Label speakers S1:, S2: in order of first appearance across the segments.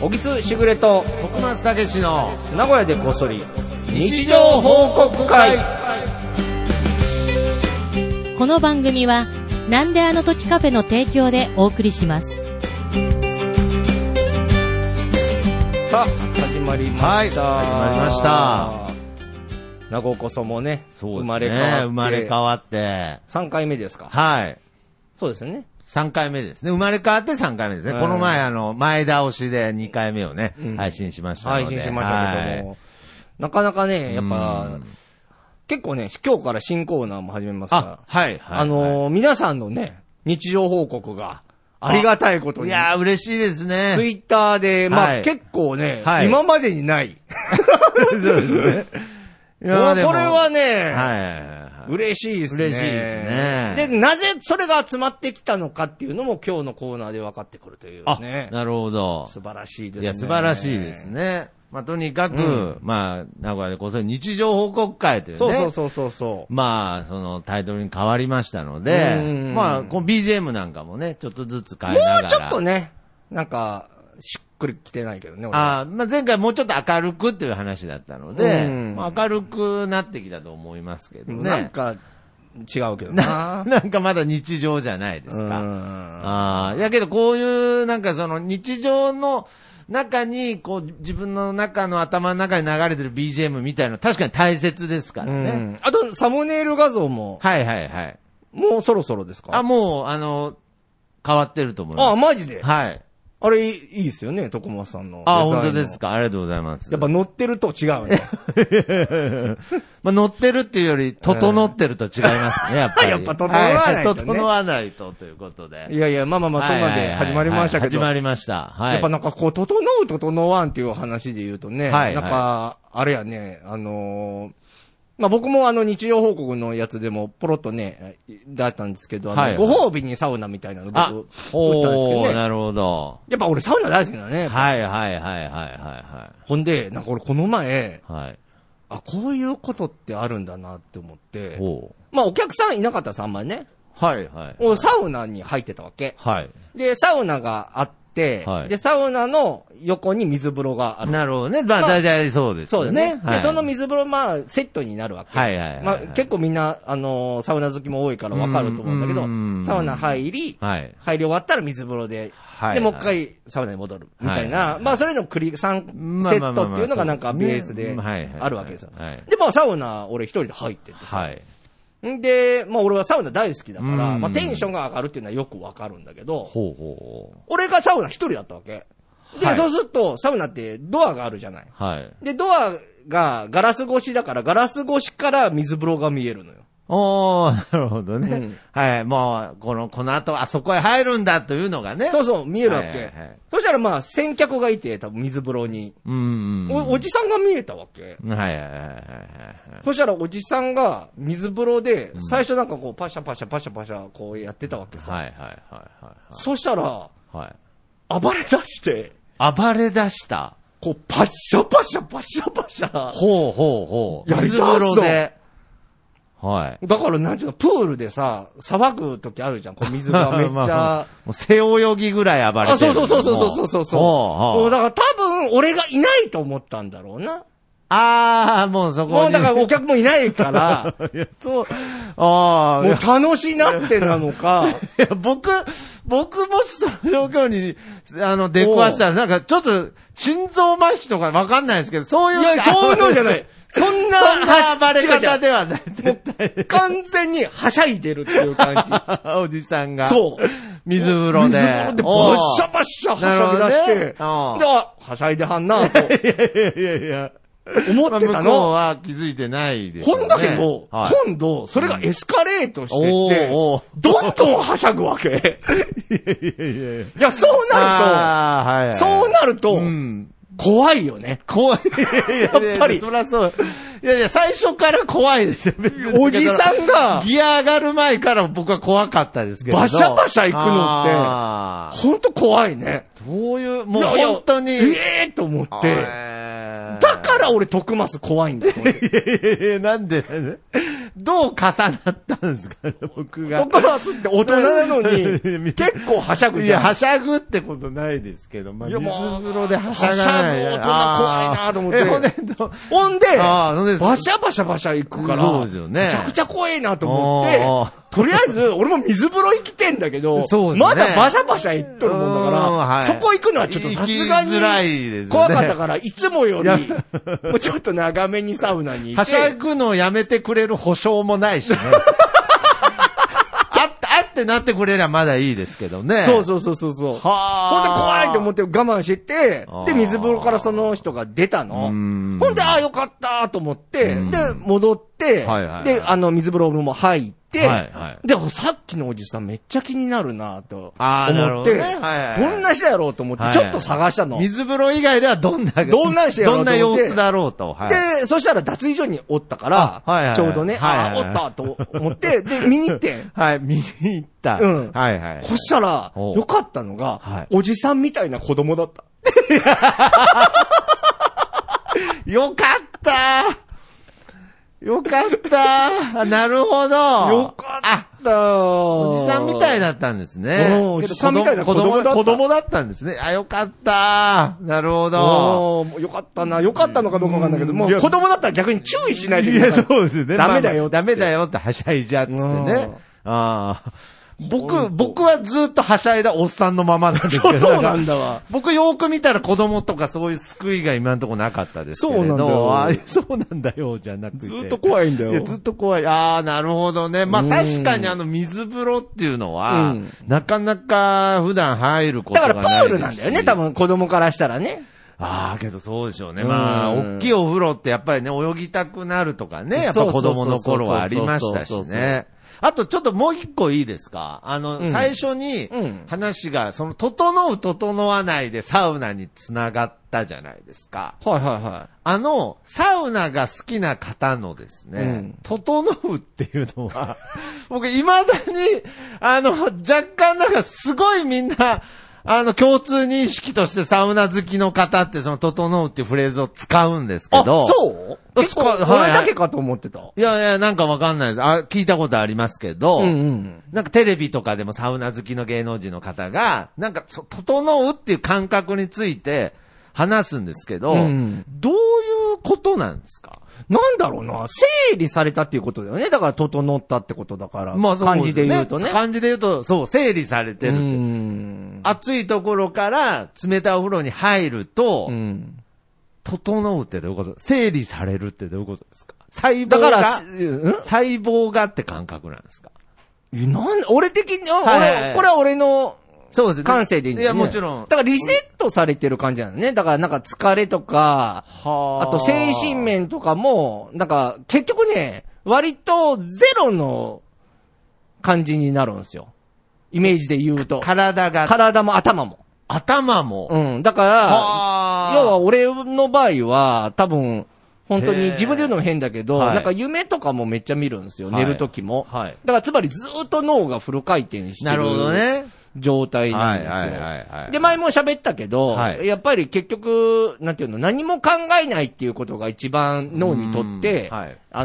S1: 小木須しぐれと
S2: 徳松武史の
S1: 名古屋でこっそり日常報告会
S3: この番組は、なんであの時カフェの提供でお送りします。
S1: さあ始まりました、
S2: はい始ま
S1: りました名古屋こそもね
S2: そうですね。
S1: 生まれ変わって
S2: 生まれ変わって。
S1: 3回目ですか
S2: はい。
S1: そうですよね
S2: 3回目ですね。生まれ変わって3回目ですね。
S1: はい
S2: この前、あの、前倒しで2回目をね、
S1: うん
S2: 配信しましたので。
S1: 配信しましたけども、なかなかねやっ
S2: う
S1: ぱ
S2: ん
S1: 結構ね今日から新コーナーも始めますから
S2: はい。あ、はい、はい。
S1: あのー皆さんのね、日常報告がありがたいこと
S2: い
S1: に、
S2: やー、嬉しいですね。
S1: ツイッターで、まあ、
S2: はい
S1: 結構ね、
S2: はい
S1: 今までにない。
S2: いやーでも
S1: これはね、
S2: はいはいはいはい。
S1: 嬉しいですね。
S2: 嬉しいですね
S1: で、なぜそれが集まってきたのかっていうのも今日のコーナーで分かってくるという
S2: あ、
S1: ね。
S2: なるほど。
S1: 素晴らしいですね。
S2: いや、素晴らしいです。ね。まあ、とにかく、
S1: うん
S2: まあ、名古屋でこそ日常報告会というね。
S1: そうそうそうそうそう。
S2: まあ、そのタイトルに変わりましたの
S1: うん
S2: で、まあ、この BGM なんかもね、ちょっとずつ変えなが
S1: も
S2: ら。
S1: うちょっとね、なんか、しっくりきてないけどね、俺は
S2: あーまあ、前回もうちょっと明るくっていう話だったので、
S1: うん
S2: まあ、明るくなってきたと思いますけどね。
S1: なんか、違うけど
S2: な
S1: な。
S2: なんかまだ日常じゃないです
S1: う
S2: か。
S1: ん
S2: ああ、やけどこういう、なんかその日常の中に、こう自分の中の頭の中に流れてる BGM みたいなの確かに大切ですからね。
S1: うんあと、サムネイル画像も、
S2: はいはいはい。
S1: もうそろそろですか
S2: あ、もう、あの、変わってると思い
S1: あ
S2: ます。
S1: マジで、
S2: はい。
S1: あれ、いいですよね、徳松さんの。
S2: あ、
S1: デザイン
S2: 本
S1: の
S2: 当です。か。ありがとうございます。
S1: やっぱ、乗ってると違うね。
S2: まあ、乗ってるっていうより、整ってると違いますね、やっぱり。
S1: やっぱ整わない とね
S2: は整わないと、ということで。
S1: いやいや、まあまあまあ、そんなん
S2: はいはい
S1: で
S2: はい
S1: 始まりましたけど。
S2: 始まりました。はい。
S1: やっぱなんかこう、整う、整わんっていう話で言うとね、
S2: はいはい
S1: なんか、あれやね、あのーまあ、僕もあの日常報告のやつでもポロっとね、だったんですけど、あの
S2: はいはい
S1: ご褒美にサウナみたいなの
S2: あ
S1: 僕、打っ、
S2: お
S1: たんですけど
S2: ー、
S1: ね。
S2: なるほど。
S1: やっぱ俺サウナ大好きだね。
S2: はいはいはいはいは
S1: ほんで、なんか俺この前、
S2: いはい。はい。
S1: あ、こういうことってあるんだなって思って、
S2: ほう。
S1: まあお客さんいなかったさんまりね、
S2: はいはい。
S1: 俺サウナに入ってたわけ。
S2: はい。
S1: で、サウナがあって、
S2: はい
S1: で、サウナの横に水風呂がある。
S2: なるほどね。まあ、大体そうです
S1: そう
S2: よ
S1: だね。
S2: ね。はい
S1: で、その水風呂、まあ、セットになるわけ。
S2: はいはいはいはい
S1: まあ、結構みんな、あのーサウナ好きも多いからわかると思うんだけど
S2: うんうんうん、
S1: サウナ入り、
S2: はい。
S1: 入り終わったら水風呂で、
S2: はい
S1: で、もう一回サウナに戻る、みたいな、
S2: はいはい
S1: まあ、それの繰り、3
S2: まあ
S1: セ
S2: まあ
S1: ッ
S2: ま
S1: ト
S2: あ
S1: っ
S2: まあ
S1: ていうのがなんか
S2: そうですね
S1: ベースで
S2: うんはいはいはい
S1: あるわけですよ
S2: はい。
S1: で、まあ、サウナ、俺一人で入っててさ
S2: はい。
S1: んで、まあ、俺はサウナ大好きだか
S2: う
S1: ら、
S2: ん
S1: まあ、テンションが上がるっていうのはよくわかるんだけど、
S2: ほうほう
S1: 俺がサウナ一人だったわけ。で、
S2: はい
S1: そうすると、サウナってドアがあるじゃない。
S2: ほう。はい。
S1: で、ドアがガラス越しだから、ガラス越しから水風呂が見えるのよ。
S2: おー、なるほど
S1: う
S2: ね
S1: ん。
S2: はい。もう、この、この後、あそこへ入るんだというのがね。
S1: そううそう、見えるわけ。
S2: はいはいはい
S1: そしたらまあ、先客がいて、多分水風呂に。
S2: うんうん。
S1: おおじさんが見えたわけ。
S2: はいはいはいはいはいはい。
S1: そしたらおじさんが水風呂で、最初なんかこう、パシャパシャパシャパシャ、こうやってたわけさ。
S2: はいはいはいは
S1: そしたら、
S2: いはい。
S1: 暴れ出して、
S2: はい。暴れ出した。
S1: こう、パシャパシャパシャパシャ。
S2: ほうほうほう。
S1: やりだす
S2: 水
S1: ぞ
S2: 風呂で。はい。
S1: だから、なんちゅうの、プールでさ、騒ぐ時あるじゃん。こう水がめっ
S2: まあ
S1: ち
S2: まあ
S1: ゃ。
S2: もう背泳ぎぐらい暴れてる。
S1: あ、そうそうそうそうそうそうそう。もう
S2: おうお
S1: だ
S2: う
S1: から多分、俺がいないと思ったんだろうな。
S2: ああ、もうそこに。
S1: もうだからお客もいないから、
S2: いや、そう。
S1: も
S2: ああ
S1: う
S2: い
S1: 楽しいなってなのか、
S2: や、僕、僕もしその状況に、あの、出くわしたら、なんかちょっと、心臓麻痺とかわかんないですけど、そう
S1: い
S2: いう。
S1: や、そういうのじゃない。そんな、
S2: そんな暴れ
S1: 違う違
S2: 方
S1: う
S2: ではない。絶対。
S1: 完全にはしゃいでるっていう感じ。
S2: おじさんが。
S1: そう。
S2: 水風呂
S1: 水
S2: で。
S1: 風呂でバッシャバッシャはしゃぎ出して、
S2: なる
S1: で、
S2: ほどねうん
S1: あ、はしゃいではんなと
S2: いやいや いや。
S1: 思
S2: ま
S1: っ
S2: あ
S1: て
S2: 向
S1: た
S2: こう
S1: の。
S2: は気づいてないですよ
S1: ほ
S2: ね。
S1: んだけど、
S2: はい
S1: 今度、それがエスカレートしてって、
S2: おーおー
S1: どんどんはしゃぐわけ。 いや、そうなる
S2: あーはいはい
S1: と、そうなると
S2: う、ん。
S1: 怖いよね。
S2: 怖い。や
S1: やっぱり
S2: そりゃそう。いやいや、最初から怖いですよ、別に
S1: おじさんが
S2: ギア上がる前から僕は怖かったですけど。
S1: バシャバシャ行くのって
S2: の
S1: ほんと怖いね。
S2: って。そういう、もう
S1: いやいや
S2: 本当に。
S1: ええと思って。だかから俺、徳増怖いんだと思って。
S2: いやいやいや、なんで、どう重なったんですか、僕が。
S1: 徳増って大人なの に、結構はしゃぐ
S2: い
S1: じ
S2: や、
S1: ゃ
S2: は
S1: ん。
S2: しゃぐってことないですけど、まあ、
S1: い
S2: 水
S1: やもう
S2: 風呂ではしゃがない。
S1: はしゃぐ大人怖いなと思って
S2: あーえほんで、ど
S1: ほんで、
S2: ああ、そうです。
S1: バシャバシャバシャ行くから、
S2: そうですよ
S1: め
S2: ね
S1: ちゃくちゃ怖いなと思
S2: あ
S1: って、とりあえず、俺も水風呂行きてんだけど、
S2: そうですね
S1: まだバシャバシャ行っとるもんだから、
S2: うんはい
S1: そこ行くのはちょっとさすがに
S2: 行きづらいですね
S1: 怖かったから、いつもより、
S2: い
S1: もうちょっと長めにサウナに行
S2: は
S1: って、
S2: しゃぐのをやめてくれる保証もな いしね。あって、あってなってくれりゃまだいいですけどね。
S1: そう
S2: う。
S1: そうそうそうそう。ほ
S2: は。
S1: んで怖いと思ってて我慢してて
S2: あ、ー
S1: で、水風呂からその人が出たの。
S2: う
S1: ほん
S2: ん
S1: で、ああ、よかったと思って、
S2: うん
S1: で、戻って、
S2: はいはいはい
S1: で、あの、水風呂も入って、
S2: はいは
S1: で、さっきのおじさんめっちゃ気になるなと
S2: あーなる
S1: 思
S2: ほ
S1: っ
S2: ど
S1: て、
S2: ねはいはいはい
S1: どんな人やろうと思って、ちょっと探したの。
S2: 水風呂以外ではどんな、
S1: どんな人やろ
S2: ど
S1: うんと
S2: な
S1: 思っ
S2: 様
S1: て
S2: 子だろうと。はい。
S1: で、そしたら脱衣所におったから、
S2: あはいはいはい
S1: ちょうどね、
S2: はいはいはい
S1: ああ、おったと思って、で、見に行ってん。
S2: はい、見に行った。
S1: うん
S2: はいはい。
S1: そしたら、
S2: お
S1: よかったのが、
S2: はい
S1: おじさんみたいな子供だった。
S2: よかったよかったあなるほど
S1: よかった
S2: おじさんみたいだったんですね。
S1: うんおじさんみたいな
S2: けど
S1: 子供だった
S2: 子供だったんですね。あ、よかったなるほど。
S1: おーもうよかったな。よかったのかどうかわかんないけど、もう子供だったら逆に注意しないといけない。
S2: うですね
S1: ダメだよっつって
S2: ダメだよってはしゃいじゃっつって
S1: う
S2: ね
S1: ん。
S2: ああ。
S1: ほ
S2: 僕、
S1: んと
S2: 僕はずっとはしゃいだおっさんのままなんですけ
S1: そう
S2: ど。
S1: そうなんだわ。
S2: 僕よく見たら子供とかそういう救いが今のところなかったですけれ
S1: そう
S2: ど。
S1: なんだよ
S2: あそうなんだよ、じゃなくて。
S1: ずっと怖いんだ
S2: いや、
S1: よ。
S2: ずっと怖い。ああ、なるほどね。まあ
S1: うん
S2: 確かにあの水風呂っていうのは、
S1: うん
S2: なかなか普段入ること
S1: だ
S2: が
S1: か
S2: な
S1: らプ
S2: いですし
S1: ールなんだよね、多。分子供からしたらね。
S2: ああ、けどそうでしょうね。まあ、
S1: うん
S2: 大きいお風呂ってやっぱりね、泳ぎたくなるとかね、やっぱ子供の頃はありまし
S1: そ
S2: た
S1: う
S2: し
S1: そうそうそうそうそう
S2: ね。あとちょっともう一個いいですかあの、
S1: うん
S2: 最初に
S1: うん
S2: 話が、その、整う、整わないでサウナにつながったじゃないですか。
S1: はいはいは
S2: あの、サウナが好きな方のですね、
S1: うん
S2: 整うっていうのは、 僕、未だに、あの、若干なんかすごいみんな、あの、共通認識としてサウナ好きの方って、その、整うっていうフレーズを使うんですけ
S1: あ、
S2: ど、
S1: そう
S2: あ
S1: 結構、
S2: 使うはい
S1: 俺だけかと思ってた。
S2: いやいや、なんかわかんないです。あ、聞いたことありますけど、
S1: ん。
S2: なんかテレビとかでもサウナ好きの芸能人の方が、なんかそ、整うっていう感覚について話すんですけど、
S1: うん
S2: どういうことなんですか
S1: なんだろうな、整理されたっていうことだよね。だから、整ったってことだから。
S2: まあ、そう
S1: 感じで言うと
S2: す
S1: ね。
S2: 漢字で言うと、そう、整理されて
S1: う
S2: るって。
S1: ん。
S2: 暑いところから冷たいお風呂に入ると、
S1: うん。
S2: 整うってどういうこと整理されるってどういうことですか細胞が、
S1: だから、うん
S2: 細胞がって感覚なんですか
S1: え、なん俺的に、あ
S2: はいはいはい
S1: 俺、これは俺の
S2: そうですね。
S1: 感性でいいんだよ、ね。
S2: いや、もちろん。
S1: だからリセットされてる感じなのね。だからなんか疲れとか、
S2: は
S1: あと精神。面とかも、なんか結局ね、割とゼロの感じになるんですよ。イメージで言うと。
S2: 体が、
S1: 体も頭も。
S2: 頭も。
S1: うん。だから、
S2: は
S1: 要は俺の場合は、多分、本当
S2: へ
S1: に
S2: ー
S1: 自分で言うのも変だけど、
S2: はい
S1: なんか夢とかもめっちゃ見るんですよ。
S2: はい
S1: 寝る時も。
S2: はい
S1: だからつまりずっと脳がフル回転して
S2: なるほど
S1: る
S2: ね。
S1: 状態なんですよ。
S2: は
S1: で、前も喋ったけど、
S2: はい
S1: やっぱり結局、なんていうの、何も考えないっていうことが一番脳にとって、
S2: うんはい
S1: あ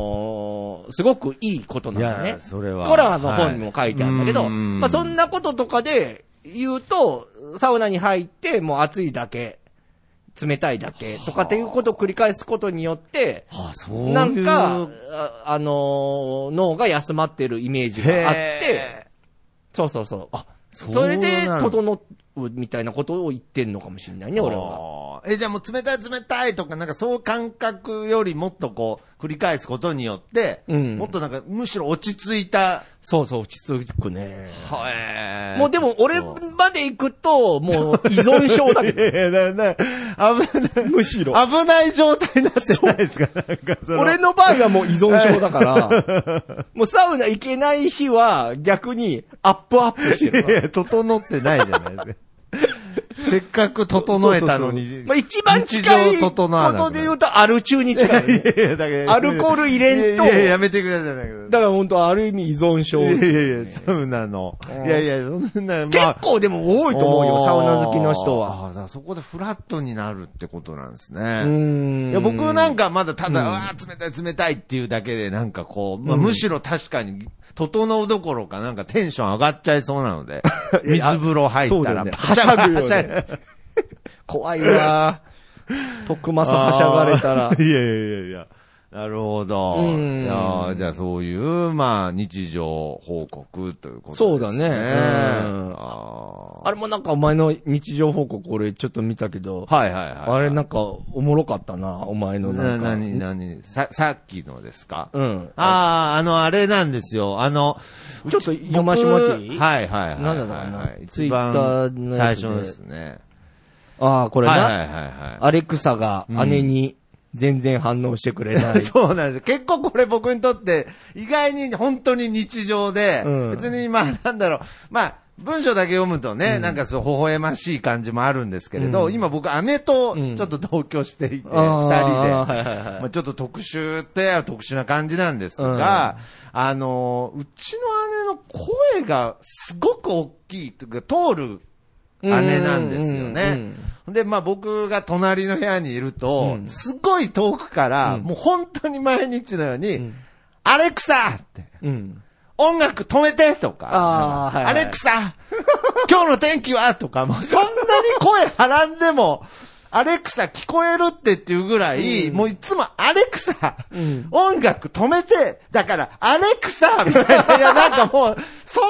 S1: のーすごくいいことなんだよ
S2: い
S1: ね
S2: や。それは
S1: これはあの
S2: はい
S1: 本にも書いてあるんだけど、
S2: うん
S1: まあそんなこととかで言うと、サウナに入って、もう暑いだけ、冷たいだけとかっていうことを繰り返すことによって、
S2: あ、そういう。
S1: なんか、ああのー脳が休まってるイメージがあって、
S2: へ
S1: そうそうそう。あ
S2: ー、
S1: それで、
S2: そうなの
S1: 整うみたいなことを言ってんのかもしれないね、俺は。
S2: あーえ、じゃあもう冷たい冷たいとか、なんかそう感覚よりもっとこう、繰り返すことによって、
S1: うん
S2: もっとなんか、むしろ落ち着いた。
S1: そうそう、落ち着くね。
S2: は
S1: もうでも、俺
S2: そう
S1: まで行く と、もう依存症だけど。
S2: えな、な、危
S1: むしろ。
S2: ない、危ない状態になってないですかなんかその
S1: 俺の場合はもう依存症だ から、もうサウナ行けない日は逆にアップアップしてる
S2: いや、整ってないじゃないですか。せっかく 整えたのに。
S1: まあ、一番近い
S2: 日常
S1: こ
S2: 整わなくな
S1: と
S2: る
S1: で言うと、アル中に近いよね。
S2: いやいやだから
S1: アルコール入れんと
S2: いやいや、やめてください。だけど
S1: だから本当ある意味依存症。
S2: いやい
S1: 結
S2: やいや、サウナの。
S1: うん
S2: いやいや、そんな、まあ。
S1: 構でも多いと思うよ、サウナ好きの人は。
S2: あー。だからそこでフラットになるってことなんです
S1: う
S2: ね。
S1: ーん。
S2: いや僕なん
S1: か、
S2: かまだただ、
S1: うん
S2: わあ、冷たい冷たいっていうだけで、なんかこう、まあ、
S1: うん
S2: むしろ確かに、整うどころかなんかテンション上がっちゃいそうな ので、
S1: いや
S2: 水風呂入
S1: そう
S2: っ
S1: だ
S2: た
S1: よ
S2: ら、
S1: ね。
S2: パ
S1: は
S2: シ
S1: し
S2: ャ
S1: ゃ
S2: パ
S1: ぐよ
S2: シャ
S1: ね。怖い わー。徳正はしゃがれたら
S2: あ。ー いやいやいやいや。なるほど。
S1: うん
S2: いやーじゃあそういう、まあ、日常報告ということですね。
S1: そうだねうん
S2: あ
S1: あれもなんかお前の日常報告俺ちょっと見たけど、
S2: ーはいはいはい。
S1: あれなんかおもろかったな、お前のな
S2: な、
S1: んか。
S2: なに、なに、さ、さっきのですか
S1: うん。
S2: ああ、あの、あれなんですよ。あの、
S1: ちょっと読ましてもらっていい
S2: 僕はいはいはいはい。
S1: なんだろうな
S2: はい
S1: ツイッターのやつで
S2: 一番最初ですね。
S1: ああ、こ
S2: は
S1: れ
S2: い
S1: な、
S2: はいはい
S1: アレクサが姉に全然反応してくれな。
S2: はいい。 そうなんです。結構これ僕にとって、意外に本当に日常で、
S1: うん
S2: 別にまあなんだろう、まあ、文章だけ読むとね、なんかそう、微笑ましい感じもあるんですけれど、
S1: うん
S2: 今僕姉と
S1: うん
S2: ちょっと同居していて、二、人で、
S1: あーはいはいはい
S2: まあ、ちょっと特殊って特殊な感じなんですが、あの、うちの姉の声がすごく大きいというか、通る姉なんですよ
S1: うんうん
S2: ね。で、まあ僕が隣の部屋にいると、
S1: うん
S2: すごい遠くから、
S1: うん
S2: もう本当に毎日のように、
S1: ん
S2: アレクサって、
S1: うん。
S2: 音楽止めてとか、
S1: あー
S2: なんか
S1: はいはい
S2: アレクサ 今日の天気はと か、もうそんなに声はらんでも、アレクサ聞こえるってっていうぐらい、
S1: うん
S2: もういつもアレクサ、
S1: うん
S2: 音楽止めて、だからアレクサみたいな、いやなんかもう、そん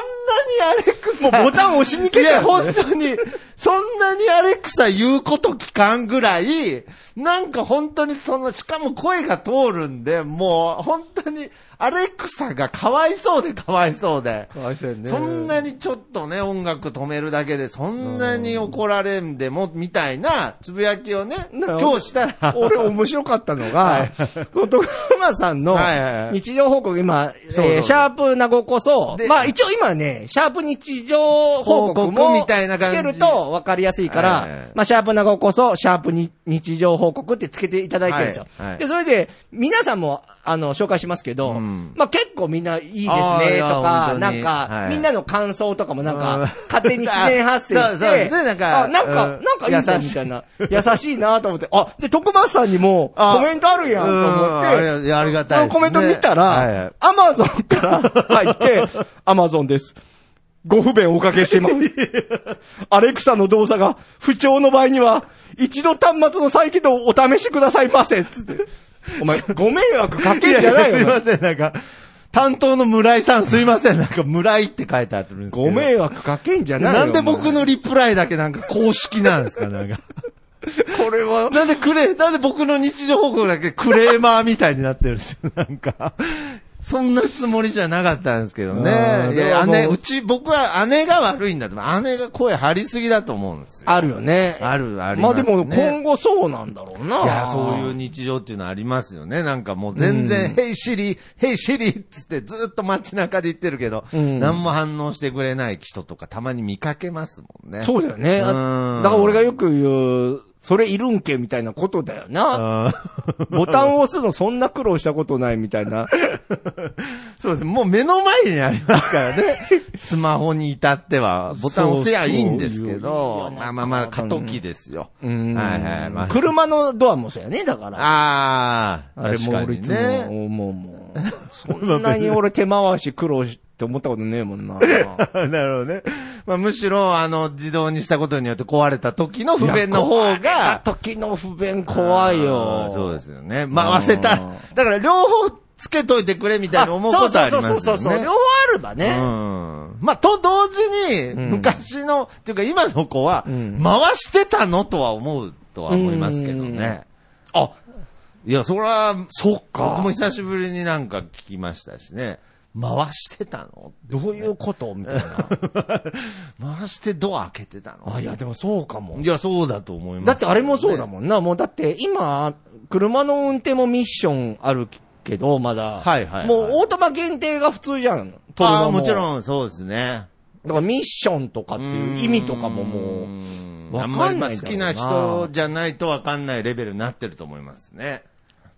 S2: なにアレクサ。
S1: もうボタン押しに来た
S2: い
S1: よね
S2: や、本当に、そんなにアレクサ言うこと聞かんぐらい、なんか本当にその、しかも声が通るんで、もう本当にアレクサがかわいそうでかわいそうで。
S1: かわいそうやね。
S2: そんなにちょっとね、音楽止めるだけで、そんなに怒られんでも、みたいなつぶやきをね、
S1: なるほど
S2: 今日したら。
S1: 俺面白かったの
S2: は
S1: が
S2: い、
S1: その徳馬さんの
S2: はいはいはい
S1: 日常報告、今、え
S2: そうそう
S1: ーシャープなごこそ
S2: で、
S1: まあ一応今ね、シャープ日常報告
S2: 報
S1: も
S2: 告みたいな
S1: つ
S2: 感じ
S1: けると分かりやすいか
S2: はいはいは
S1: ら
S2: い、
S1: まあシャープなごこそ、シャープに日常報告ってつけていただいてるんですよ
S2: はいは。い
S1: で、それで、皆さんも、あの、紹介しますけど、
S2: うん
S1: まあ結構みんないいですね
S2: あーい
S1: と
S2: や
S1: か
S2: 本当、に
S1: なん
S2: は
S1: か、
S2: い
S1: みんなの感想とかもなん
S2: うん
S1: か、勝手に自然発生し
S2: そうそう
S1: て、
S2: でなんか
S1: あなんか、
S2: うん
S1: なんかいいぞ
S2: 優
S1: み
S2: しい
S1: たいな。優しいなと思って、あ、で、徳松さんにも
S2: あ
S1: コメントあるやんと思
S2: うん
S1: っ
S2: あり
S1: て、
S2: がいやありが
S1: そ
S2: たい
S1: の
S2: です
S1: コメ
S2: ね
S1: ント見た
S2: はいは
S1: ら
S2: い、
S1: アマゾンから入って、 アマゾンです。ご不便おかけしてます。アレクサの動作が不調の場合には、一度端末の再起動をお試しくださいませ。つって。お前、ご迷惑かけんじゃないよ
S2: や すい。ません、なんか、担当の村井さんすいません、なんか村井って書いてあるんですけど。
S1: ご迷惑かけんじゃないよ。
S2: なんで僕
S1: お
S2: のリプライだけなんか公式なんですか、なんか。
S1: 前、これは、
S2: なんでクレ、なんで僕の日常報告だけクレーマーみたいになってるんですよ、なんか。 そんなつもりじゃなかったんですけどね
S1: うん。
S2: いや、
S1: でも
S2: 姉、うち、僕は姉が悪いんだと。姉が声張りすぎだと思うんですよ。
S1: あるよね。
S2: ある、あり
S1: まあ
S2: ます
S1: で
S2: ね。
S1: も今後そうなんだろうな。
S2: いや、そういう日常っていうのはありますよね。なんかもう全
S1: うん
S2: 然、ヘイシリ、ヘイシリっつってずっと街中で言ってるけど、
S1: うん
S2: 何も反応してくれない人とかたまに見かけますもん ね。
S1: そうだよね。あ
S2: うん
S1: だから俺がよく言う、それいるんけみたいなことだよな。
S2: あー
S1: ボタンを押すのそんな苦労したことないみたい な。
S2: そうです。もう目の前にありますから ね。スマホに至っては、ボタン押せやいいんです
S1: そう
S2: け
S1: そう
S2: ど、まあまあまあ、過渡期ですよ。
S1: うん
S2: はいはいまあ
S1: 車のドアもそうやね、だから。
S2: ああ、
S1: あれ
S2: 確
S1: も
S2: か
S1: 俺い
S2: に
S1: つも
S2: ね。
S1: 思うもん。そんなに俺手回し苦労して思ったことねえもん な。
S2: なるほどね。まあ、むしろ、あの、自動にしたことによって壊れた時の不便の方
S1: いや
S2: が、
S1: 時の不便怖い
S2: あ
S1: よ
S2: ー。そうですよね。
S1: うん
S2: 回せた。だから両方つけといてくれみたいに思うことはありますよね。
S1: そうそうそうそうそう。両方あればね。
S2: うん。まあ、と同時に、
S1: うん
S2: 昔の、っていうか今の子は、
S1: うん
S2: 回してたのとは思うとは思いますけどね。あ、いや、それは、
S1: そっ
S2: 僕も久しぶりになんか聞きましたしね。回してたの
S1: どういうことみたいな。
S2: 回してドア開けてたの
S1: あ、いや、でもそうかも
S2: い。や、そうだと思います、
S1: だってあれもそうだ
S2: ん。
S1: もんな。もうだって今、車の運転もミッションあるけど、まだ。
S2: はいはいはい
S1: もうオートマ限定が普通じゃん。取る
S2: あ
S1: の
S2: あ、もち
S1: ん。
S2: ろんそうですね。
S1: だからミッションとかっていう意味とかももう、
S2: うーんあ
S1: わ
S2: ん
S1: か
S2: ま
S1: ん
S2: り
S1: ないん
S2: 好
S1: だ
S2: き
S1: ろうな
S2: な人じゃないとわかんないレベルになってると思いますね。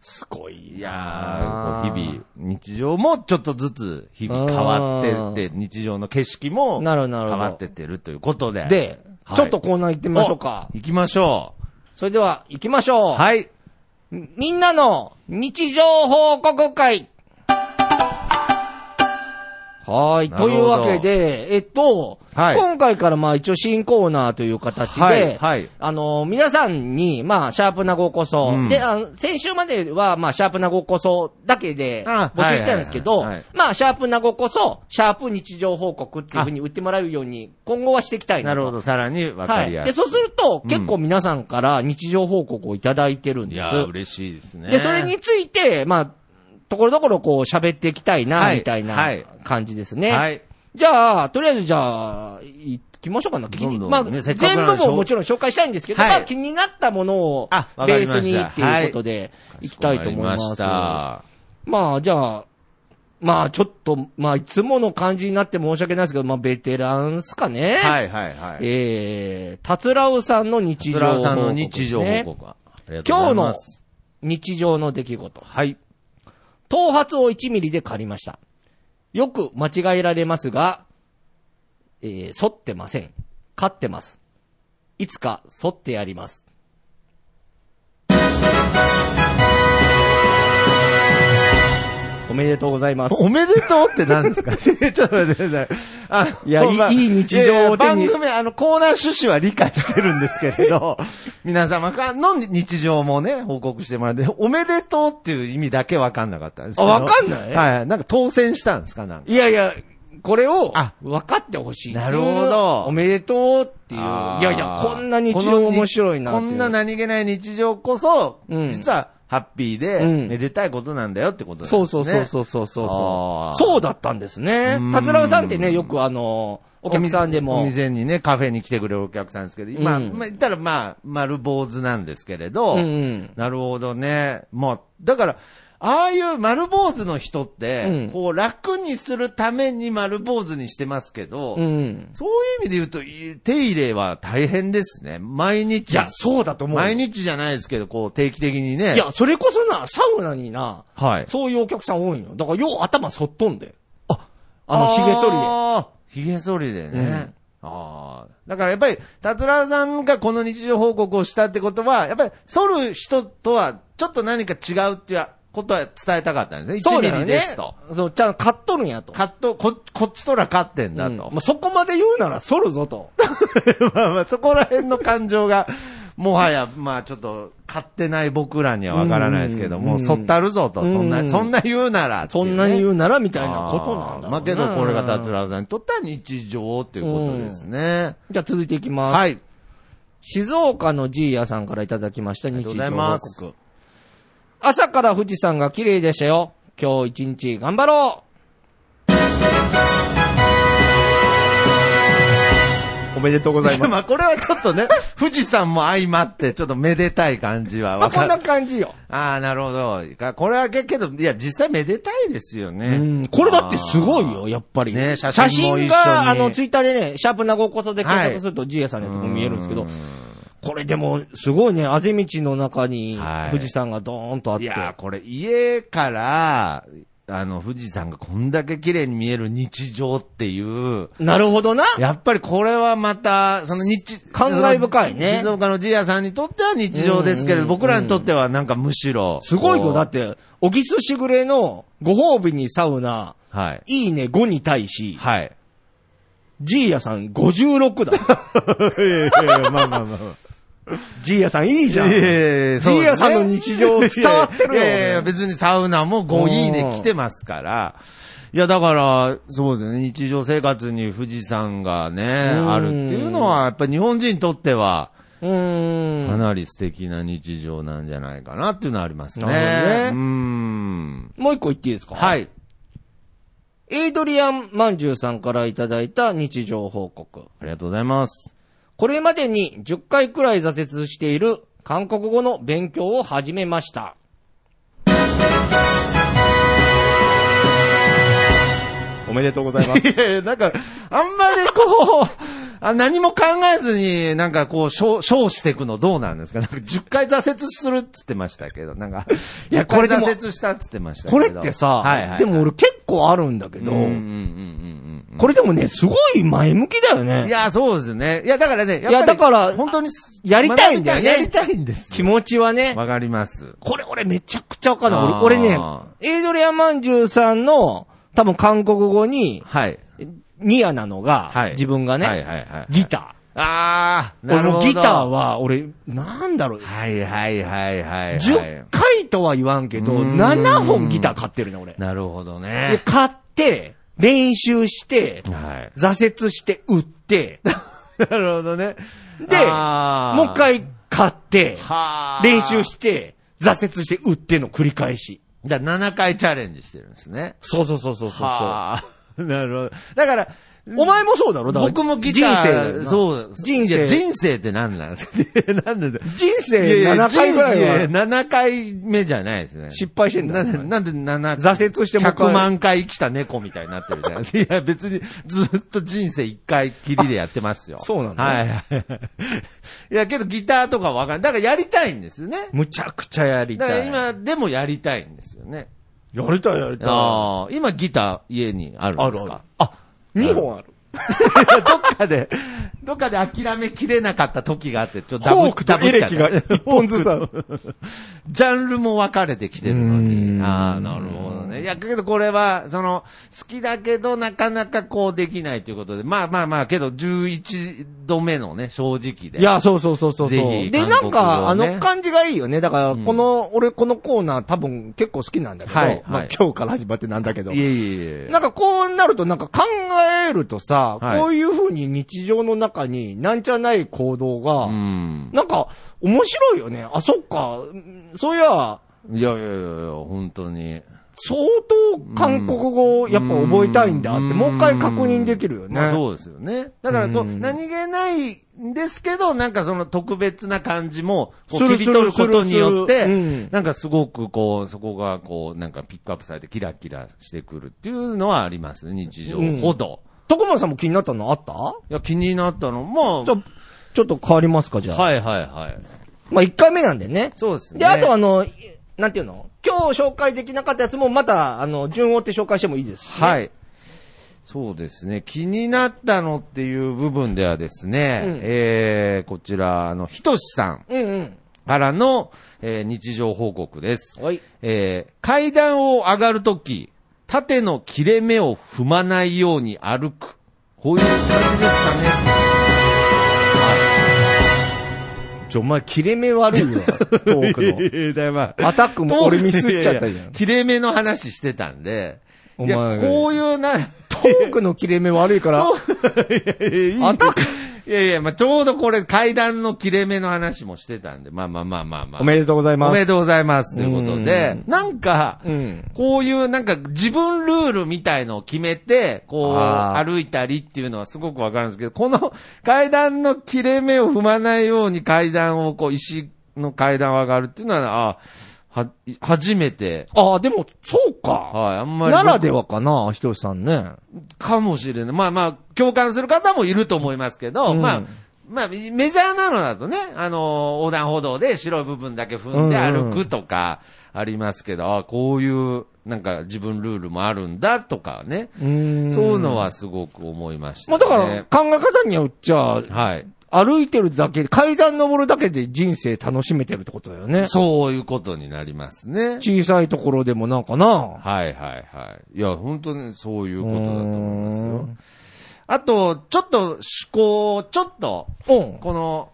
S1: すごいな
S2: いや
S1: あ
S2: ー、こう日々、日常もちょっとずつ日々変わってって、日常の景色も変
S1: なるほどなるほど
S2: わってってるということで。
S1: で、
S2: はい
S1: ちょっとコーナー行ってみましょうか。
S2: お行きましょ
S1: それでは行きましょう。
S2: う。はい。
S1: みんなの日常報告会。はい。
S2: なる
S1: と
S2: ほど
S1: いうわけで、えっと、
S2: はい
S1: 今回からまあ一応新コーナーという形で、
S2: はいはい
S1: あの、皆さんに、まあ、シャープなごこそ、
S2: うん
S1: で、あの、先週までは、まあ、シャープなごこそだけで
S2: あ
S1: 募集してたんですけ
S2: は
S1: ど
S2: いはいはいはい、
S1: まあ、シャープなごこそ、シャープ日常報告っていうふうに売ってもらうように、今後はしていきたいな
S2: な
S1: と。
S2: るほど、さらに分か
S1: は
S2: り
S1: い。
S2: や
S1: で、
S2: すい。
S1: そうすると、
S2: うん
S1: 結構皆さんから日常報告をいただいてるん
S2: い
S1: です。
S2: やー、嬉しいですね。
S1: で、それに、ついて、まあ、ところどころこう喋っていきたいな、
S2: はい
S1: みたいな
S2: はい
S1: 感じですね。
S2: はい。
S1: じゃあ、とりあえずじゃあ、行きましょうかな。
S2: どんどん
S1: まあ、
S2: ねせっかく
S1: 全
S2: な
S1: 部
S2: ので
S1: ももちろん紹介したいんですけど、
S2: はい
S1: まあ気になったものを
S2: あわか
S1: ベー
S2: りました
S1: スにっていうことで、いきたいと思いま。
S2: わかりますした。
S1: まあ、じゃあ、まあ、ちょっと、まあ、いつもの感じになって申し訳ないですけど、まあ、ベテランっすかね。
S2: はいはいはい。
S1: えー、たつらうさんの日
S2: 津
S1: 常
S2: ラ
S1: 報告、ね。
S2: ウさんの日常報告は。ありがとうご
S1: 今日
S2: ざいま
S1: の
S2: す。
S1: 日常の出来事。
S2: はい。
S1: 頭髪を1ミリで刈りました。よく間違えられますが、えー、剃ってません。刈ってます。いつか剃ってやります。おめでとうございます。
S2: おめでとうって何ですか ちょっと待ってください。あ
S1: いやいいいい日常を
S2: いや
S1: 手に
S2: 番組、あの、コーナー趣旨は理解してるんですけれど、 皆様からの日常もね、報告してもらって、おめでとうっていう意味だけわかんなかったんですけど。
S1: あわかんない
S2: はい。なんか当選したんですかなんか。
S1: いやいや、これを
S2: あ
S1: 分かってほしい。
S2: なるほど
S1: おめでとうっていう。い
S2: あー
S1: やいや、こんな日常面白いなっ
S2: こ
S1: て
S2: の
S1: いう
S2: こんな何気ない日常こそ、
S1: うん
S2: 実はハッピーで、
S1: うん
S2: めでたいことなんだよってことなんです
S1: そ
S2: ね。
S1: うそうそうそうそうそうそう。
S2: あー
S1: そうだったんですね
S2: う。ん
S1: 桂尾さんってね、よくあの、お客さんで
S2: お
S1: も。
S2: 店にね、カフェに来てくれるお客さんですけど、今、
S1: うん
S2: まあ、言ったらまあ、丸坊主なんですけれど、
S1: うんうん。
S2: なるほどね。もう、だから、ああいう丸坊主の人って、
S1: うん
S2: こう、楽にするために丸坊主にしてますけど、
S1: うん。
S2: そういう意味で言うと、い手入れは大変ですね。毎日。
S1: いや、そうだと思う。
S2: 毎
S1: い
S2: 日じゃないですけど、こう、定期的にね。
S1: や、それこそな、サウナにな、
S2: はい。
S1: そういうお客さん多いの。だから、よう頭そっとんで。
S2: あ、
S1: あの、髭剃りで。
S2: りで。髭剃りでね。
S1: うん
S2: ああ。だからやっぱり、達郎さんがこの日常報告をしたってことは、やっぱり剃る人とはちょっと何か違うっていうことは伝えたかったんですね。
S1: そ
S2: 1
S1: うだ
S2: ミ
S1: よ
S2: リ
S1: ね
S2: ですと。
S1: そう、ちゃんと買っとるんやと。
S2: カット、こ、こっちとら勝ってんだ
S1: うん
S2: と。
S1: まあ、そこまで言うなら、剃るぞと。
S2: まあまあ、そこら辺の感情が、もはや、まあちょっと、買ってない僕らにはわからないですけど
S1: うん
S2: も、剃ったるぞと、そん
S1: う
S2: な、
S1: ん
S2: そんな言うならってい
S1: そ
S2: ね、
S1: んなに言
S2: う
S1: うなら、みたいなことなんだろうな。
S2: まあけど、これが達郎さんにとっては日常っていうことですね。
S1: じゃあ、続いていきます。
S2: はい。
S1: 静岡のジーヤさんからいただきました。
S2: あり
S1: 日
S2: がと
S1: 常
S2: うござい
S1: 報
S2: ま
S1: 告
S2: す。。
S1: 朝から富士山が綺麗でしたよ。今日一日頑張ろうおめでとうございます。
S2: まあこれはちょっとね、富士山も相まって、ちょっとめでたい感じ は
S1: まあ、
S2: わ
S1: こ
S2: か
S1: ん
S2: る
S1: な。感じよ。
S2: ああ、なるほど。かこれはけけど、いや、実際めでたいですよ ね。
S1: うん、これだってすごいよ、やっぱり。
S2: ね写真
S1: 写
S2: も一緒
S1: 真
S2: に
S1: が、あの、ツイッターでね、シャープなごこそで検索すると、ジエさんのやつも見えるんですけど、これでも、すごいね、あぜ道の中に
S2: は、い
S1: 富士山がドーンとあっ
S2: い
S1: て。
S2: やーこれ家から、あの、富士山がこんだけ綺麗に見える日常っていう、
S1: なるほどな。
S2: やっぱりこれはまた、その日、
S1: 感慨深いね
S2: 静岡のジーヤさんにとっては日常ですけれ
S1: うんうん
S2: ど、
S1: うん
S2: 僕らにとってはなんかむしろ。
S1: すごい
S2: こ
S1: ぞ、
S2: う
S1: だっ。て、おぎすしぐれの、ご褒美にサウナ、
S2: はい。
S1: いいね5に対し、
S2: はい。
S1: ジーヤさん56だ。
S2: いやいやいやまあまあまあまあ。
S1: ジーヤさんいいじゃん。
S2: いやいやいや
S1: ジ
S2: そ
S1: ー
S2: うですね
S1: ヤさんの日常伝わってるよ。
S2: いやいやいや別にサウナも5位で来てますから。いや、だから、そうですね、日常生活に富士山がね、
S1: うん
S2: あるっていうのは、やっぱ日本人にとっては、
S1: うーん。
S2: かなり素敵な日常なんじゃないかなっていうのはありますね。
S1: なるほどね
S2: うん。
S1: もう一個言っていいですか。
S2: はいい。
S1: エイドリアン・マンジュさんからいただいた日常報告。
S2: ありがとうございます。
S1: これまでに10回くらい挫折している韓国語の勉強を始めました。おめでとうございます。
S2: いやいや、なんか、あんまりこう、あ何も考えずに、なんかこう、称称していくのどうなんですかなんか10回挫折するっつってましたけど、なんか、
S1: いや
S2: 100
S1: こ
S2: 回
S1: れでも
S2: 挫折したっつってました け
S1: こ
S2: ど。
S1: れってさ、
S2: はいはいはい
S1: でも俺結構あるんだけど、
S2: うんうんうんうんうん
S1: これでもね、すごい前向きだよ
S2: い
S1: ね。
S2: や、そうですね。いや、だからね、やっぱり
S1: いやだから
S2: 本当に、
S1: やりたいんだよね
S2: 学びたいやりたいんです
S1: 気
S2: よ。
S1: 持ちはね、
S2: わかります。
S1: これ俺めちゃくちゃわかんない
S2: あー。
S1: 俺俺ね、エイドリアン・マンジュさんの、多分韓国語に、
S2: はい。
S1: ニアなのが、
S2: はい。
S1: 自分がね、
S2: はいはいはい。
S1: ギタ
S2: あー、
S1: ー。俺
S2: なるほ
S1: も
S2: ど。
S1: ギター。は、俺、なんだろう、
S2: はいはいはいはい、はい
S1: 10。回とは言わんけど、
S2: うーん
S1: 7本ギター買ってるね、俺。
S2: なるほど
S1: で、
S2: ね。
S1: 買って、練習して、
S2: はい。
S1: 挫折して、売っ て、
S2: なるほどね。
S1: でもう一、回買って、
S2: はー
S1: 練習して、挫折して、売っての繰り返し。
S2: じゃあ7回チャレンジしてるんですね。
S1: そうそうそうそうそうそう。
S2: はあ、 なるほど。だから、
S1: お前もそうだろだから
S2: 僕もギター、
S1: 人生
S2: そう。
S1: 人生
S2: いや人生って何なんですか 何なんですか
S1: 人
S2: いやい
S1: 生
S2: や
S1: 7回ぐらい
S2: やや
S1: は
S2: 7回目じゃないですね。
S1: 失敗してんだ
S2: な
S1: よ。お前
S2: なんで7、
S1: 挫折してもう一回
S2: 100万回生きた猫みたいになってるじゃないですか。いや、別にずっと人生1回きりでやってますよ。
S1: あそうなんだ
S2: はい はいはい。いや、けどギターとかわかんない。だからやりたいんですよね。
S1: むちゃくちゃやり
S2: だか
S1: た
S2: ら
S1: い。
S2: 今でもやりたいんですよね。
S1: やりたいやりたい。
S2: ああ、今ギター家にあるんですかあ
S1: 2本ある。
S2: どっかで、どっかで諦めきれなかった時があって、ちょっとダ
S1: フォ
S2: ブ
S1: ークと
S2: ダブ
S1: エ
S2: っち
S1: レ
S2: ゃっ
S1: キ
S2: た
S1: が1本 ずつある。
S2: ジャンルも分かれてきてるの
S1: うー
S2: に。
S1: ん
S2: ああ、なるほどね。いや、けどこれは、その、好きだけど、なかなかこうできないということで、まあまあまあ、けど、11度目のね、正直で。
S1: い、や、そうそうそうそう
S2: ぜ
S1: そう。
S2: ひ
S1: で、
S2: 韓
S1: な
S2: 国
S1: ん
S2: 語
S1: か、
S2: を
S1: あ
S2: ね
S1: の感じがいいよね。だから、
S2: ん
S1: この、俺このコーナー多分結構好きなんだけど、
S2: はいはい
S1: まあ今日から始まってなんだけど
S2: い。えいえいえ。
S1: なんかこうなるとなんか考えるとさ、
S2: はい
S1: こういう風に日常の中になんちゃない行動が、
S2: うん。
S1: なんか面白いよね。あ、そっか。うんそういや、
S2: いやいやいやいや、本当に。
S1: 相当韓国語をやっぱ覚えたいんだって、もう一回確認できるよね。
S2: まあそうですよね。だからこう、
S1: うん
S2: 何気ないんですけど、なんかその特別な感じも、こう
S1: する
S2: 切り取ることによ
S1: するす
S2: っ
S1: るう
S2: て
S1: ん、
S2: なんかすごくこう、そこがこう、なんかピックアップされてキラキラしてくるっていうのはありますね、日常ほど。
S1: 徳間さんも気になったのあった
S2: いや、気になったのも、
S1: じゃあちょっと変わりますか、じゃあ。
S2: はいはいはい。
S1: まあ、1回目なんでね。
S2: そうですね。
S1: で、あとあの、なんていうの今日紹介できなかったやつもまた、あの、順を追って紹介してもいいですし、ね。
S2: はい。そうですね。気になったのっていう部分ではですね、
S1: うん
S2: えー、こちら、あの、ひとしさん
S1: うん
S2: からの、えー日常報告です
S1: うん。。はい。
S2: えー階段を上がるとき、縦の切れ目を踏まないように歩く。こういう感じですかね。
S1: ちょ、お前、切れ目悪い わ、トーク
S2: の。 だいま
S1: の。アタックも俺ミスっちゃったじゃん。
S2: 切れ目の話してたんで。
S1: お
S2: いや
S1: 前、
S2: こういうな、
S1: トークの切れ目悪いから、アタック、
S2: いやいや、まあ、ちょうどこれ階段の切れ目の話もしてたんで、まあまあまあまあまあ。
S1: おめでとうございます。
S2: おめでとうございます。ということで、
S1: う
S2: なんか、
S1: うん
S2: こういうなんか自分ルールみたいのを決めて、こう
S1: あー
S2: 歩いたりっていうのはすごくわかるんですけど、この 階段の切れ目を踏まないように階段をこう石の階段を上がるっていうのは、あは、初めて、
S1: ああ、でも、そうか。
S2: はい、あんまり。
S1: ならではかな、ひとしさんね。
S2: かもしれない。まあまあ、共感する方もいると思いますけど、
S1: うん
S2: まあ、まあ、メジャーなのだとね、あのー横断歩道で白い部分だけ踏んで
S1: うんうん
S2: 歩くとか、ありますけど、あこういう、なんか自分ルールもあるんだとかね、
S1: うーん
S2: そういうのはすごく思いました、
S1: まあ
S2: ね。
S1: だから、考え方によっちゃ、
S2: はい。
S1: 歩いてるだけ、階段登るだけで人生楽しめてるってことだよね。
S2: そういうことになりますね。
S1: 小さいところでもなんかな。
S2: はいはいはい。いや、本当にそういうことだと思います
S1: うー
S2: よ
S1: ん。
S2: あと、ちょっと趣向をちょっと
S1: うん。
S2: この、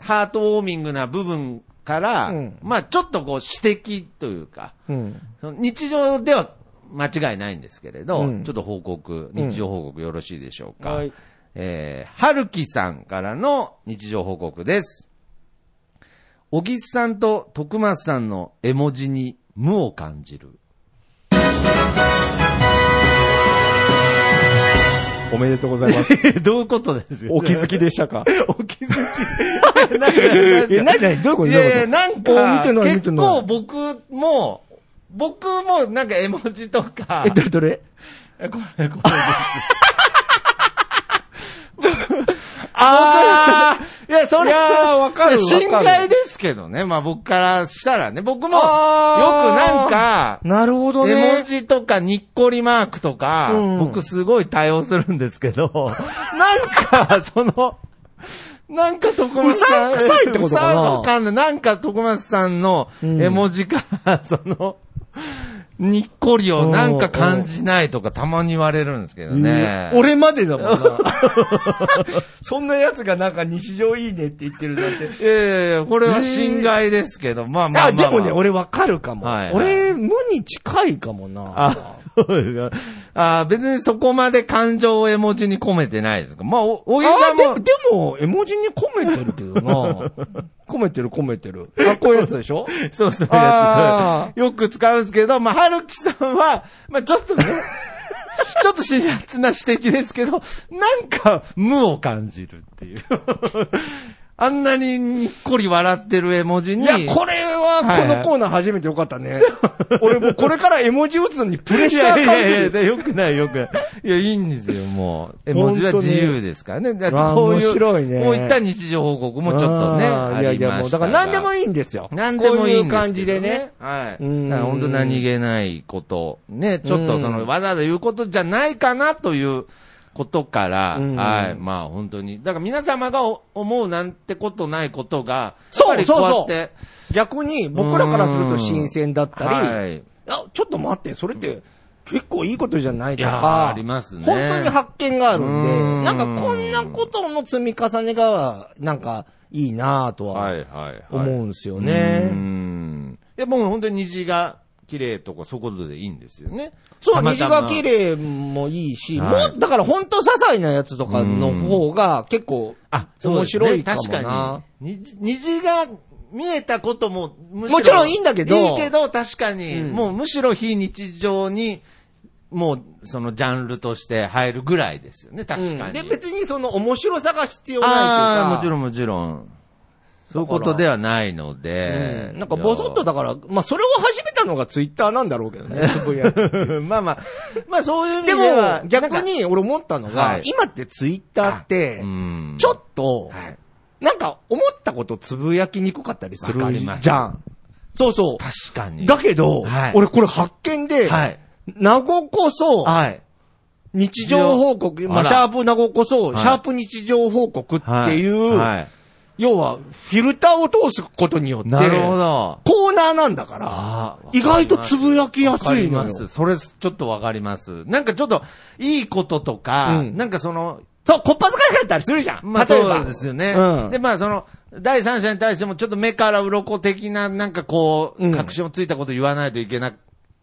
S2: ハートウォーミングな部分から、
S1: うん
S2: まあちょっとこう指摘というか、
S1: うん。
S2: その日常では間違いないんですけれど、
S1: うん
S2: ちょっと報告、日常報告よろしいでしょうか。
S1: はい
S2: えー、はるきさんからの日常報告です。小木さんと徳松さんの絵文字に無を感じる。
S1: おめでとうございます。
S2: どういうことで す
S1: お気づきでしたか
S2: お気づき。なんか
S1: え、なになにどういうこと
S2: い
S1: どう
S2: やい
S1: い
S2: や、
S1: う
S2: なん
S1: お見て
S2: か、
S1: ない見て
S2: 結
S1: ない
S2: 構僕も、僕もなんか絵文字とか
S1: ことえ、、どれどれ
S2: えこれ、これです。あ ーいや、それは、
S1: わかるわかる
S2: 心外ですけどね。まあ僕からしたらね。僕も、よく
S1: あー
S2: なんか、
S1: なるほど
S2: 絵文
S1: ね。
S2: 字とかにっこりマークとか、
S1: うん
S2: 僕すごい対応するんですけ ど、なんか、その、なんか徳松さん、
S1: うさんくさいってことかな
S2: うさんわかんない。なんか徳松さんの
S1: うん
S2: 絵文字から、 その、にっこりをなんか感じないとかたまに言われるんですけどね。
S1: うん、俺までだ もんな。そんな奴がなんか日常いいねって言ってるなんて。
S2: いやいやいや、これは侵害ですけど、まあまあ
S1: あ、
S2: まあ、
S1: でもね、、俺わかるかも。
S2: はいはい
S1: 俺、無に近いかもな。
S2: あ、そうですか。あ別にそこまで感情を絵文字に込めてないですか。まあ、お、おじさ
S1: あ
S2: ん
S1: でも、
S2: も、
S1: でも、絵文字に込めてるけど な。込めてる、込めてる。あ、こういうやつでしょ
S2: そうそう
S1: あ
S2: やつ。よく使うんですけど、まあ、はるきさんは、まあ、ちょっと ね、ちょっと辛辣な指摘ですけど、なんか、無を感じるっていう。あんなににっこり笑ってる絵文字に。
S1: いや、これは、このコーナー初めてよかったね。俺もうこれから絵文字打つのにプレッシャー感じ
S2: いやいやいや
S1: る。
S2: いや、よくないよくない。いや、いいんですよ、もう。絵文字は自由ですからね。だって
S1: あー
S2: こういう、
S1: 面白いね
S2: こういった日常報告もちょっとね、
S1: あー
S2: あ
S1: いや
S2: り
S1: いや、
S2: ま
S1: もう、
S2: し
S1: だ
S2: た
S1: か
S2: が
S1: ら何でもいいんですよ。
S2: 何でもいい
S1: こうい
S2: んですけど、ね。
S1: う感じでね。
S2: はい。
S1: うん
S2: だから本当何気ないこと。ね、ちょっとその、わざわざ言うことじゃないかなということから、
S1: うん
S2: はい。まあ本当に。だから皆様がお思うなんてことないことが、
S1: そう
S2: やっぱりこやって
S1: 逆に、僕らからすると新鮮だったり、
S2: はい。
S1: あ、ちょっと待って、それって結構いいことじゃない
S2: い
S1: と
S2: やー
S1: か、
S2: ありますね。
S1: 本当に発見があるんで、
S2: うん
S1: なんかこんなことの積み重ねが、なんかいいなぁと
S2: はい
S1: は
S2: はいはい。
S1: 思うんですよ
S2: うー
S1: ね。
S2: んいや、もう本当に虹が綺麗とか、そういうことでいいんですよね。
S1: そう、
S2: たま
S1: 虹
S2: たま
S1: が綺麗もいいし、
S2: はい
S1: もう、だから本当些細なやつとかの方が結構
S2: あ、そう
S1: 面
S2: です
S1: 白
S2: ね
S1: いかもな。
S2: 確かに。虹虹が見えたこともむしろ、
S1: もちろんいいんだけど
S2: いいけど、確かに、
S1: うん
S2: もうむしろ非日常に、もう、そのジャンルとして入るぐらいですよね、確か
S1: うん
S2: に。
S1: で、別にその面白さが必要ないという
S2: あ
S1: か。
S2: あ、もちろんもちろん。そういうことではないので。
S1: うんなんかぼそっとだから、まあそれを始めたのがツイッターなんだろうけどね、つぶやき
S2: まあまあ、まあそういう意味
S1: で
S2: で
S1: も
S2: は。、
S1: 逆に俺思ったのが、
S2: はい
S1: 今ってツイッターって、ち
S2: ち
S1: ょっと、
S2: はい
S1: なんか思ったことつぶやきにくかったりする
S2: わかります
S1: じゃん。そうそ
S2: 確か
S1: う。
S2: に。
S1: だけど、
S2: はい
S1: 俺これ発見で、
S2: はい。
S1: 名護こそ、
S2: はい。
S1: 日常報告、ま
S2: あ
S1: あ、
S2: ら
S1: シャープ名護こそ、
S2: はい
S1: シャープ日常報告っていう、
S2: は
S1: 要は、フィルターを通すことによっ
S2: い。
S1: て、
S2: なるほど。
S1: コーナーなんだから、
S2: あー
S1: 意外とつぶやきや
S2: わか
S1: すい
S2: り
S1: の
S2: ま
S1: よ。
S2: す。それ、ちょっとわかります。なんかちょっと、いいこととか、
S1: うん
S2: なんかその、
S1: そう、こっぱずかしかったりするじゃん。
S2: まあ
S1: 例えば。
S2: そうですよね。
S1: うん
S2: で、まあその、第三者に対してもちょっと目から鱗的な、なんかこう、
S1: うん
S2: 確信をついたこと言わないといけない、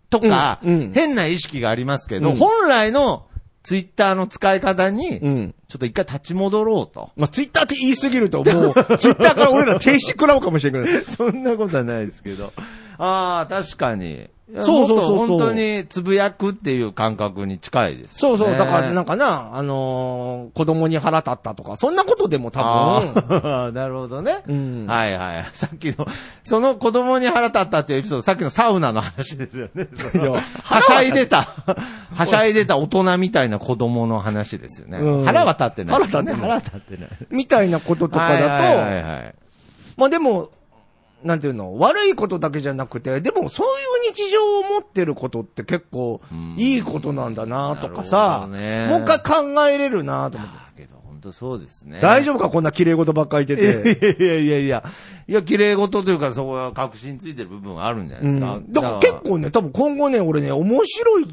S2: とか、
S1: うんうん
S2: 変な意識がありますけど、
S1: うん
S2: 本来のツイッターの使い方に、
S1: うん。
S2: ちょっと一回立ち戻ろうと。
S1: まあ、ツイッターって言いすぎると、もう、 ツイッターから俺ら停止食らうかもしれない。
S2: そんなことはないですけど。ああ、確かに。
S1: そうそうそうそう
S2: もっと本当につぶやくっていう感覚に近いです、
S1: そうそう、だからなんか
S2: か
S1: な、あのー子供に腹立ったとか、そんなことでも多分、
S2: あ あ、なるほどね。
S1: うん
S2: はいはい。 さっきの、その子供に腹立ったっていうエピソード、さっきのサウナの話ですよね。その
S1: いや
S2: はしゃいでた、 はしゃいでた大人みたいな子供の話ですよね。
S1: うん
S2: 腹は立ってないですよね、
S1: 腹
S2: 腹立ってない。
S1: みたいなこととか
S2: はいはいはい
S1: だと、
S2: はい
S1: まあでも、なんていうの、悪いことだけじゃなくて、でもそういう日常を持ってることって結構
S2: うん、
S1: いいことなんだなとかさ、
S2: なるほどね
S1: もう一回考えれるなと思って。
S2: だけど、本当そうですね。
S1: 大丈夫かこんな綺麗事ばっかり言 ってて。
S2: いやいやいやいや。いや、綺麗事というか、そこは確信ついてる部分はあるんじゃないですか。
S1: うんだから結構ね、多分今後ね、俺ね、面白い、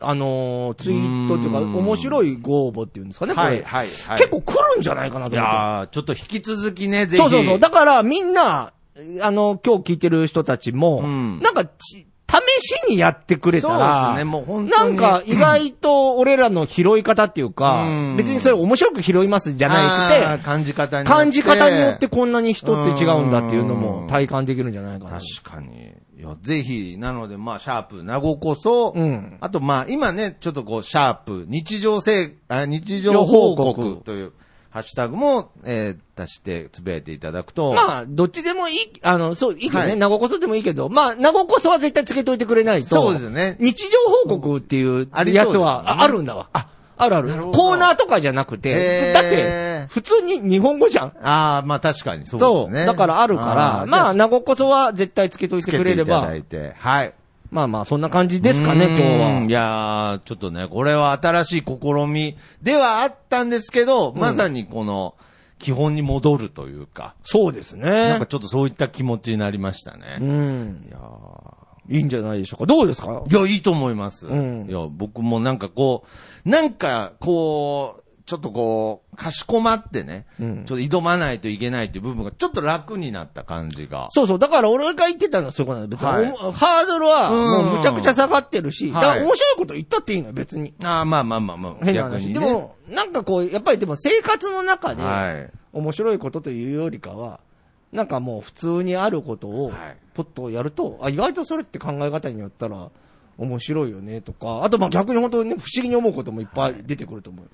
S1: あのーツイートっていうか、
S2: うん
S1: 面白いご応募っていうんですかね、これ。
S2: はいはいはい。
S1: 結構来るんじゃないかなと
S2: い
S1: 思って。
S2: やーちょっと引き続きね、ぜひ。
S1: そうそうそう。だからみんな、あの、今日聞いてる人たちも、
S2: うん
S1: なんかち、試しにやってくれたら、
S2: そうですねもう本
S1: な
S2: 当
S1: ん
S2: に
S1: か意外と俺らの拾い方っていうか、
S2: うん
S1: 別にそれ面白く拾いますじ
S2: じ
S1: ゃなくて、
S2: 感じ方によって。
S1: 感じ方によってこんなに人って違うんだっていうのも体感できるんじゃないかな。
S2: 確かに。いや、ぜひ、なので、まあ、シャープ、名護こそ、
S1: うん
S2: あと、まあ、今ね、ちょっとこう、シャープ、日常せあ日常報
S1: 報告
S2: 告という、ハッシュタグも、えー、足して、つぶやいていただくと。
S1: まあ、どっちでもいい、あの、そう、いいけどね、
S2: はい
S1: 名護こそでもいいけど、まあ、名護こそは絶対つけといてくれないと、
S2: そうですね
S1: 日常報告っていう
S2: ありそう
S1: や
S2: です
S1: つ
S2: ね
S1: は、ああるんだわ。
S2: あ、
S1: あるある
S2: なるほ。ど
S1: コーナーとかじゃなくて
S2: へ、ー
S1: だって、普通に日本語じゃん。
S2: ああ、まあ確かにそう
S1: そう。
S2: ですね。
S1: だからあるから、まあ、
S2: な
S1: 名古こそは絶対つけといてくれれば、
S2: はい。
S1: まあまあ、そんな感じですかね、今
S2: う
S1: 日
S2: んい
S1: は。
S2: やー、ちょっとね、これは新しい試みではあったんですけど、まさにこの、基本に戻るというか、
S1: そうです
S2: なん
S1: ね
S2: か。ちょっとそういった気持ちになりました
S1: う
S2: ね。
S1: ん
S2: い。やー
S1: いいんじゃないでしょうか。どうですか
S2: いや、いいと思います。
S1: うん
S2: いや、僕もなんかこう、なんかこう、ちょっとこう、かしこまってね、
S1: うん
S2: ちょっと挑まないといけないっていう部分がちょっと楽になった感じが。
S1: そうそう。だから俺が言ってたのはそういうことなんだ別に、
S2: はい
S1: おハードルは、もうむちゃくちゃ下がってるし、だ
S2: はい
S1: から面白いこと言ったっていいのよ、別に。
S2: ああ、まあまあまあまあ、
S1: 変な
S2: 逆
S1: 話。
S2: に、ね。
S1: でも、なんかこう、やっぱりでも生活の中で、
S2: はい。
S1: 面白いことというよりかは、なんかもう普通にあることを
S2: はい、
S1: ポッとやると、あ、意外とそれって考え方によったら、面白いよね、とか、あとまあ逆に本当にね、不思議に思うこともいっぱい出てくると思う。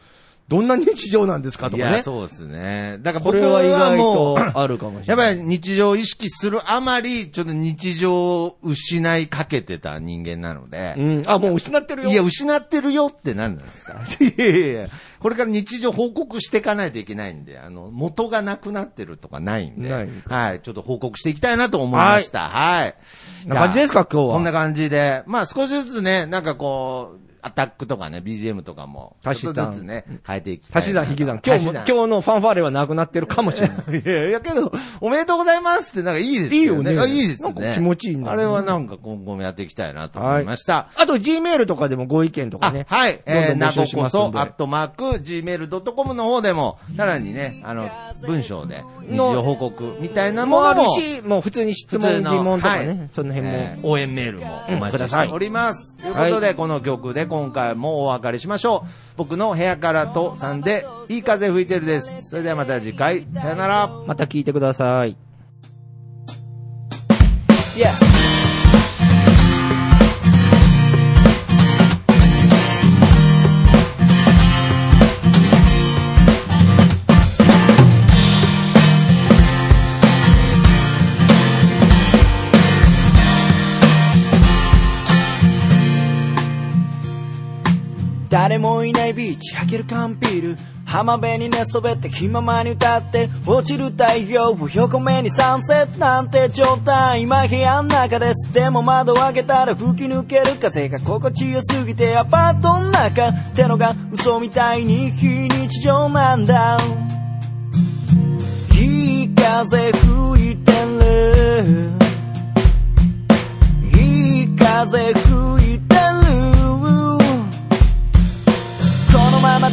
S1: どんな日常なんですかと
S2: い
S1: か
S2: や、
S1: ね。
S2: そうですね。だから
S1: こ
S2: 僕
S1: れは
S2: は
S1: 意外
S2: もう、
S1: とあるかもし
S2: や
S1: れ
S2: っぱ
S1: ない。
S2: り日常を意識するあまり、ちょっと日常を失いかけてた人間なので、
S1: うん。あ、もう失ってるよ。
S2: いや、失ってるよって何なんですか いやいやいや、これから日常報告していかないといけないんで、あの、元がなくなってるとかないんで、
S1: ない
S2: はい、ちょっと報告していきたいなと思いました。はい。
S1: こんな感じですか、今日は。
S2: こんな感じで、まあ少しずつね、なんかこう、アタックとかね、BGM とかも、ちょっ
S1: 足し
S2: と
S1: 算
S2: ずつね、変えていきたいな。
S1: 足し算引き算。今日も、
S2: 足し算
S1: 今日のファンファーレはなくなってるかもしれない。
S2: いやいや、けど、おめでとうございますって、なんかいいですね。
S1: いいよね
S2: あいいですね。
S1: なんか気持ちいいんだ
S2: あ
S1: よね
S2: れはなんか今後もやっていきたいなと思いました。
S1: あと、Gmail とかでもご意見とか
S2: あ、
S1: ね。
S2: はい。えー、
S1: ど
S2: なん
S1: どん募
S2: こ
S1: 集し
S2: こ
S1: ます
S2: そ
S1: ん、で
S2: アットマーク、gmail.com の方でも、さらにね、あの、文章で、日常報告みたいなも
S1: もうあ
S2: の
S1: る
S2: も、
S1: し、もう普通に質
S2: 普
S1: 問、
S2: 通
S1: 疑
S2: の
S1: 問とかね、
S2: はい
S1: その辺も。
S2: えー応援メールもお待ちしております。と
S1: ん
S2: いう
S1: ください
S2: ことで、この曲で今回もお別れしましょう。僕の部屋からとさんで、いい風吹いてるです。それではまた次回、さよなら。
S1: また聞いてください。
S4: 誰もいないビーチ開ける缶ビール浜辺に寝そべって気ままに歌って落ちる太陽を横目にサンセットなんて状態今部屋の中ですでも窓を開けたら吹き抜ける風が心地よすぎてアパートの中ってのが嘘みたいに非日常なんだいい風吹いてるいい風吹いてるこのまま